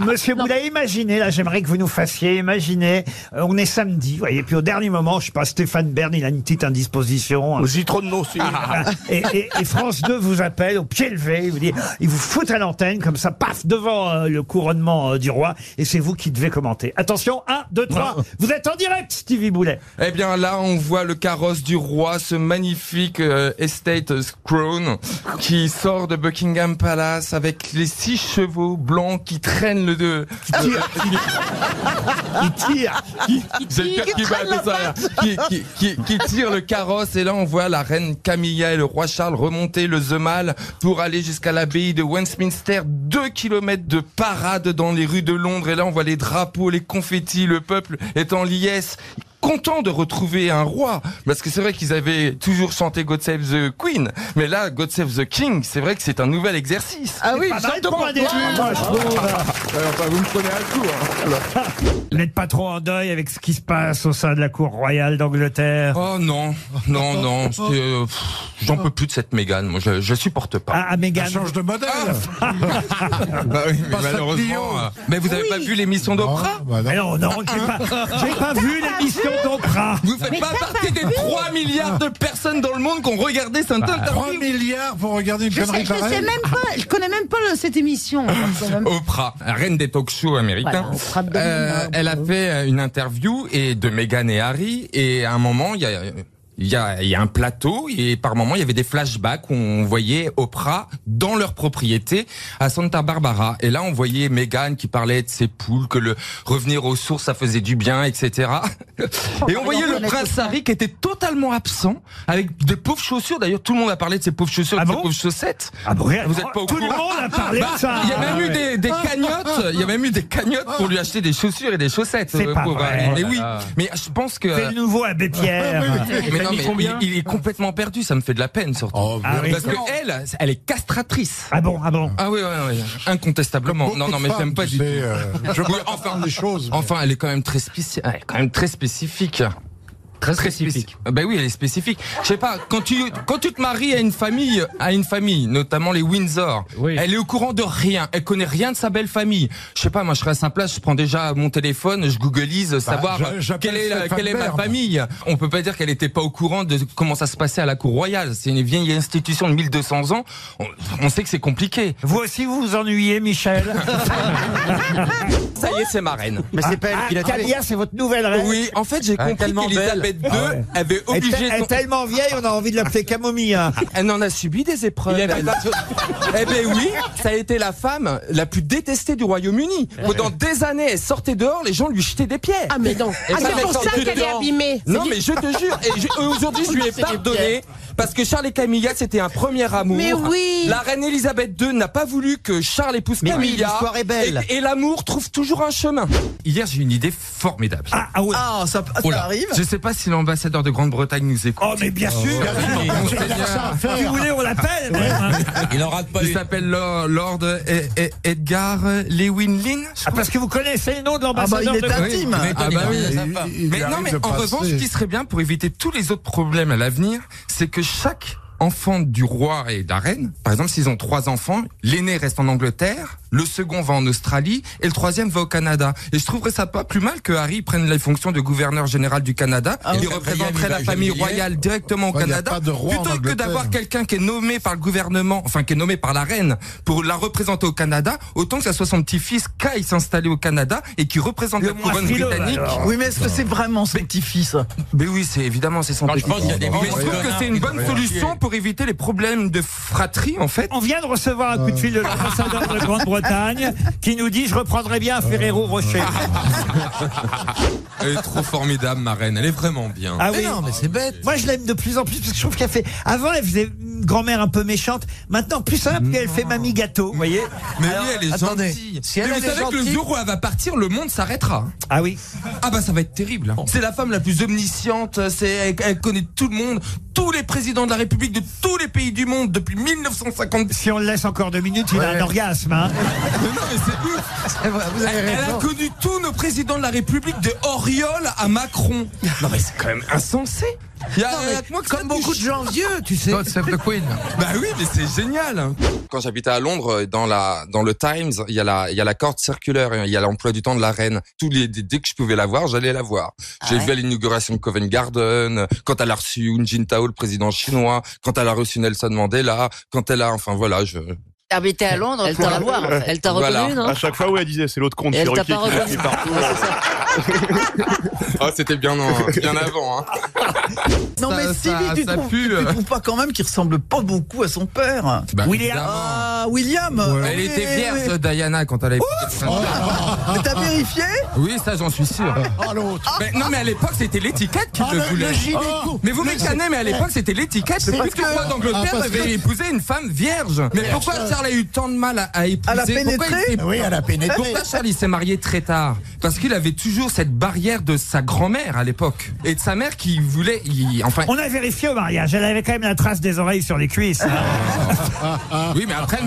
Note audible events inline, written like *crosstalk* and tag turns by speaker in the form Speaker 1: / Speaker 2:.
Speaker 1: Monsieur Bouddha, imaginez, là, j'aimerais que vous nous fassiez, imaginez, euh, on est samedi, vous voyez, puis au dernier moment, je sais pas, Stéphane Bern, il a une petite indisposition. hein.
Speaker 2: J'ai trop de noms
Speaker 3: Ah,
Speaker 2: sur-
Speaker 4: Ah,
Speaker 1: et, et- et France 2 vous appelle au pied levé, il vous dit, il vous fout à l'antenne, comme ça, paf, devant euh, le couronnement euh, du roi, et c'est vous qui devez commenter. Attention, 1, 2, 3, vous êtes en direct, Stevie Boulet.
Speaker 3: Eh bien là, on voit le carrosse du roi, ce magnifique euh, estate crown qui sort de Buckingham Palace avec les six chevaux blancs qui traînent le deux.
Speaker 1: Il tire.
Speaker 3: C'est le cœur qui bat, c'est ça, là. qui, qui, qui- qui tire le carrosse et là on voit la reine Camilla et le roi Charles remonter le Zemal pour aller jusqu'à l'abbaye de Westminster. Deux kilomètres de parade dans les rues de Londres et là on voit les drapeaux, les confettis, le peuple est en liesse. Content de retrouver un roi, parce que c'est vrai qu'ils avaient toujours chanté God Save the Queen, mais là, God Save the King, c'est vrai que c'est un nouvel exercice.
Speaker 5: Ah oui,
Speaker 1: Pas mal
Speaker 5: j'entends.
Speaker 1: pour un début, moi, Ah, je trouve.
Speaker 2: Alors, bah, vous me prenez un coup. hein.
Speaker 1: Vous n'êtes pas trop en deuil avec ce qui se passe au sein de la cour royale d'Angleterre.
Speaker 3: Oh non, non, non, c'est, euh, pff, j'en peux plus de cette Mégane, moi je, je supporte pas.
Speaker 1: Ah, ah, Meghan.
Speaker 4: Change de modèle.
Speaker 3: Ah, Bah oui, mais
Speaker 4: Pas ça, Clio.
Speaker 3: malheureusement. euh, Mais vous avez pas vu l'émission d'Oprah
Speaker 4: Ah, bah non.
Speaker 1: Mais non, non, j'ai pas,
Speaker 6: ah,
Speaker 1: j'ai pas vu l'émission d'Oprah.
Speaker 3: Vous faites pas partie des 3 milliards de personnes dans le monde qui ont regardé cette interview
Speaker 4: 3 milliards pour regarder une
Speaker 5: Je sais,
Speaker 4: connerie
Speaker 5: je sais
Speaker 4: pareille.
Speaker 5: même pas, je connais même pas le- cette émission.
Speaker 3: Ah,
Speaker 5: Je sais même pas.
Speaker 3: Oprah, la reine des talk shows américains,
Speaker 5: Voilà, Oprah de
Speaker 3: euh,
Speaker 5: Londres.
Speaker 3: elle a fait euh, une interview et de Meghan et Harry et à un moment il y a il y, a, il y a un plateau et par moment il y avait des flashbacks où on voyait Oprah dans leur propriété à Santa Barbara et là on voyait Meghan qui parlait de ses poules que le revenir aux sources ça faisait du bien etc
Speaker 5: Oh,
Speaker 3: et on voyait le prince Harry qui était totalement absent avec de pauvres chaussures d'ailleurs tout le monde a parlé de ses pauvres chaussures
Speaker 1: Ah
Speaker 3: de
Speaker 1: bon
Speaker 3: ses pauvres chaussettes
Speaker 1: Ah bon, rien-
Speaker 3: Vous êtes pas au
Speaker 1: Tout le
Speaker 3: courant Bah,
Speaker 1: monde a parlé de ça.
Speaker 3: il y a même
Speaker 1: Ah
Speaker 3: eu
Speaker 1: ouais.
Speaker 3: des, des cagnottes. Il y a même eu des cagnottes pour lui acheter des chaussures et des chaussettes.
Speaker 1: C'est
Speaker 3: euh,
Speaker 1: pas
Speaker 3: pour,
Speaker 1: vrai. Oh
Speaker 3: euh, mais oui. Mais je pense que. euh,
Speaker 1: C'est le nouveau Abbé
Speaker 3: Ah,
Speaker 4: Ah,
Speaker 1: Pierre.
Speaker 3: mais non, mais il, il est complètement perdu. Ça me fait de la peine surtout.
Speaker 4: Oh,
Speaker 1: Ah oui.
Speaker 3: Parce que elle, elle est castratrice.
Speaker 1: Ah bon, ah bon.
Speaker 3: Ah oui, oui, oui, incontestablement. Non, non, mais j'aime pas du tout.
Speaker 4: euh, Je
Speaker 3: Oui,
Speaker 4: vois
Speaker 3: enfin.
Speaker 4: enfin les choses.
Speaker 3: Enfin, elle est quand même très spécifique. Elle est quand même très spécifique. Très, spécifique. Ben oui, elle est spécifique. Je sais pas, quand tu, quand tu te maries à une famille, à une famille, notamment les Windsor, elle est au courant de rien. Elle connaît rien de sa belle famille. Je sais pas, moi, je serais à sa place, je prends déjà mon téléphone, je googleise, savoir
Speaker 4: je- j'appelle
Speaker 3: quelle est, la-
Speaker 4: Stéphane
Speaker 3: quelle est ma
Speaker 4: Bern.
Speaker 3: famille. On peut pas dire qu'elle était pas au courant de comment ça se passait à la cour royale. C'est une vieille institution de 1200 ans. On, on sait que c'est compliqué.
Speaker 1: Vous aussi, vous vous ennuyez,
Speaker 6: *laughs*
Speaker 1: Michel
Speaker 3: Ça y est, c'est ma reine.
Speaker 6: Mais c'est pas elle qui l'a tué.
Speaker 1: Calia, Ah, c'est votre nouvelle reine
Speaker 3: Ah Oui, en fait, j'ai compris
Speaker 6: tellement
Speaker 3: qu'Elisabeth II avait
Speaker 1: Elle, est-
Speaker 3: obligé Ah,
Speaker 1: elle est
Speaker 3: son-
Speaker 1: tellement vieille, on a envie de l'appeler Camomille. hein.
Speaker 3: Elle en a subi des épreuves. elle. *laughs* eh ben oui, ça a été la femme la plus détestée du Royaume-Uni. Pendant des années, elle sortait dehors, les gens lui jetaient des pierres.
Speaker 5: Ah mais non. Ah, c'est
Speaker 3: elle
Speaker 5: pour
Speaker 3: sort
Speaker 5: ça
Speaker 3: du
Speaker 5: qu'elle est
Speaker 3: temps.
Speaker 5: abîmée.
Speaker 3: Non mais je te jure, et je- aujourd'hui je lui ai pardonné parce que Charles et Camilla c'était un premier amour.
Speaker 5: Mais oui.
Speaker 3: La reine Elisabeth II n'a pas voulu que Charles épouse
Speaker 6: Mais oui,
Speaker 3: Camilla.
Speaker 6: l'histoire est belle.
Speaker 3: Et, et l'amour trouve toujours un chemin. Hier j'ai eu une idée formidable.
Speaker 1: Ah, ah ouais.
Speaker 6: Ah, ça, ça arrive.
Speaker 3: Je sais pas si l'ambassadeur de Grande-Bretagne nous écoute.
Speaker 1: Oh, mais bien sûr Si vous voulez, on l'appelle même, hein.
Speaker 3: Il en rate pas. Il s'appelle Lord, Lord eh, eh, Edgar Lewin Lynn. je
Speaker 1: Ah,
Speaker 3: crois.
Speaker 1: Parce que vous connaissez le nom de
Speaker 6: Ah bah,
Speaker 1: l'ambassadeur
Speaker 6: il est
Speaker 1: de...
Speaker 6: intime.
Speaker 3: Ah bah oui. Mais non, mais en revanche, ce qui
Speaker 4: revanche,
Speaker 3: serait bien pour éviter tous les autres problèmes à l'avenir, c'est que chaque enfant du roi et de la reine, par exemple, s'ils ont trois enfants, l'aîné reste en Angleterre, le second va en Australie et le troisième va au Canada. Et je trouverais ça pas plus mal que Harry prenne les fonctions de gouverneur général du Canada.
Speaker 4: Ah
Speaker 3: il
Speaker 2: oui.
Speaker 3: représenterait
Speaker 2: Après, il
Speaker 3: la
Speaker 2: va
Speaker 3: famille
Speaker 2: jamais
Speaker 3: royale directement au
Speaker 4: Ouais, il y a
Speaker 3: Canada.
Speaker 4: pas de roi en
Speaker 3: plutôt que
Speaker 4: Angleterre.
Speaker 3: d'avoir quelqu'un qui est nommé par le gouvernement, enfin qui est nommé par la reine pour la représenter au Canada, autant que ça soit son petit-fils Kai s'installer au Canada et qui représente la
Speaker 1: moins
Speaker 3: couronne
Speaker 1: philo,
Speaker 3: britannique.
Speaker 1: alors.
Speaker 6: Oui, mais est-ce que c'est vraiment son petit-fils
Speaker 3: Mais oui, c'est évidemment c'est son
Speaker 2: Enfin, je
Speaker 3: petit-fils.
Speaker 2: pense qu'il y a des
Speaker 3: Mais
Speaker 2: membres
Speaker 3: je trouve
Speaker 2: de
Speaker 3: que c'est une bonne solution pour éviter les problèmes de fratrie en fait.
Speaker 1: On vient de recevoir un coup de fil de l'ambassadeur de Grande-Bretagne qui nous dit « Je reprendrai bien Ferrero Rocher
Speaker 3: Ah, Elle est trop formidable ma reine, elle est vraiment bien. ».
Speaker 1: Ah
Speaker 6: Mais
Speaker 1: oui
Speaker 6: non, mais c'est bête.
Speaker 1: Moi, je l'aime de plus en plus parce que je trouve qu'elle fait. Avant, elle faisait une grand-mère un peu méchante. Maintenant, plus simple,
Speaker 6: Mm.
Speaker 1: puis elle fait mamie gâteau. Vous voyez
Speaker 3: Mais
Speaker 6: Alors,
Speaker 3: oui, elle est
Speaker 6: Ah, attendez,
Speaker 3: gentille.
Speaker 6: si elle
Speaker 3: Mais
Speaker 6: est
Speaker 3: vous savez que le
Speaker 6: gentille-
Speaker 3: jour où elle va partir, le monde s'arrêtera.
Speaker 1: Ah oui.
Speaker 3: Ah bah ça va être terrible. C'est la femme la plus omnisciente, c'est elle, elle connaît tout le monde, tous les présidents de la République de tous les pays du monde depuis 1950.
Speaker 1: Si on le laisse encore deux minutes, il a un orgasme. hein.
Speaker 3: Mais non mais c'est ouf.
Speaker 6: *laughs* Vous avez
Speaker 3: Elle, elle a
Speaker 6: raison.
Speaker 3: connu tous nos présidents de la République de Oriol à Macron. Non mais c'est quand même insensé. Il y a-
Speaker 6: Non,
Speaker 3: il y en a
Speaker 6: mais
Speaker 3: que moi que ça
Speaker 6: Comme beaucoup
Speaker 3: touche.
Speaker 6: de gens vieux, tu sais.
Speaker 2: the Queen.
Speaker 3: Bah oui, mais c'est génial. Quand j'habitais à Londres, euh, dans la dans le Times, il y a la il y a la corde circulaire, hein, il y a l'emploi du temps de la reine. Tous les dès que je pouvais la voir, j'allais la voir.
Speaker 6: Ah
Speaker 3: J'ai vu à l'inauguration de Covent Garden, euh, quand elle a reçu Hu Jintao, le président chinois, quand elle a reçu Nelson Mandela, quand elle a enfin voilà, *laughs* je
Speaker 7: T'habitais à Londres,
Speaker 8: Elle
Speaker 7: pour
Speaker 8: t'a-
Speaker 7: la voir. en fait. Elle t'a
Speaker 3: Voilà.
Speaker 7: reconnu, non
Speaker 8: À chaque fois, où elle disait, c'est l'autre compte,
Speaker 7: Et
Speaker 8: c'est
Speaker 7: elle
Speaker 8: Ruquier
Speaker 7: t'a pas
Speaker 8: qui l'a
Speaker 7: reconnu.
Speaker 8: pris partout.
Speaker 7: Ouais, c'est ça.
Speaker 3: Ah, c'était bien en- bien avant hein.
Speaker 6: Non,
Speaker 3: ça-
Speaker 6: mais si,
Speaker 3: ça-
Speaker 6: tu
Speaker 3: ça
Speaker 6: trouves,
Speaker 3: pue,
Speaker 6: tu
Speaker 3: euh.
Speaker 6: trouves pas quand même qu'il ressemble pas beaucoup à son père
Speaker 3: Bah,
Speaker 1: William.
Speaker 3: évidemment.
Speaker 6: Ah, William
Speaker 3: Elle
Speaker 6: Oui,
Speaker 3: était
Speaker 6: oui,
Speaker 3: vierge,
Speaker 6: oui.
Speaker 3: Diana, quand elle avait.
Speaker 6: Mais T'as vérifié
Speaker 3: Oui, ça, j'en suis sûr.
Speaker 4: Ah, l'autre.
Speaker 3: Mais non, mais à l'époque, c'était l'étiquette qui
Speaker 4: Ah,
Speaker 3: le
Speaker 4: le-
Speaker 3: voulait.
Speaker 4: le gilet
Speaker 3: Oh,
Speaker 4: court.
Speaker 3: mais vous mécanez, mais à l'époque, c'était l'étiquette. C'est
Speaker 6: parce
Speaker 3: que le
Speaker 6: que-
Speaker 3: roi d'Angleterre
Speaker 4: Ah, parce
Speaker 3: avait
Speaker 4: que-
Speaker 3: épousé une femme vierge. Mais pourquoi Charles a eu tant de mal à, à épouser
Speaker 6: À la
Speaker 3: Pourquoi il-
Speaker 6: pénétrer
Speaker 4: Oui, elle a pénétré.
Speaker 3: Pourquoi Charles il s'est marié très tard Parce qu'il avait toujours cette barrière de sa grand-mère à l'époque et de sa mère qui voulait, il- enfin,
Speaker 1: On a vérifié au mariage. Elle avait quand même la trace des oreilles sur les cuisses. hein.
Speaker 3: oui, mais après le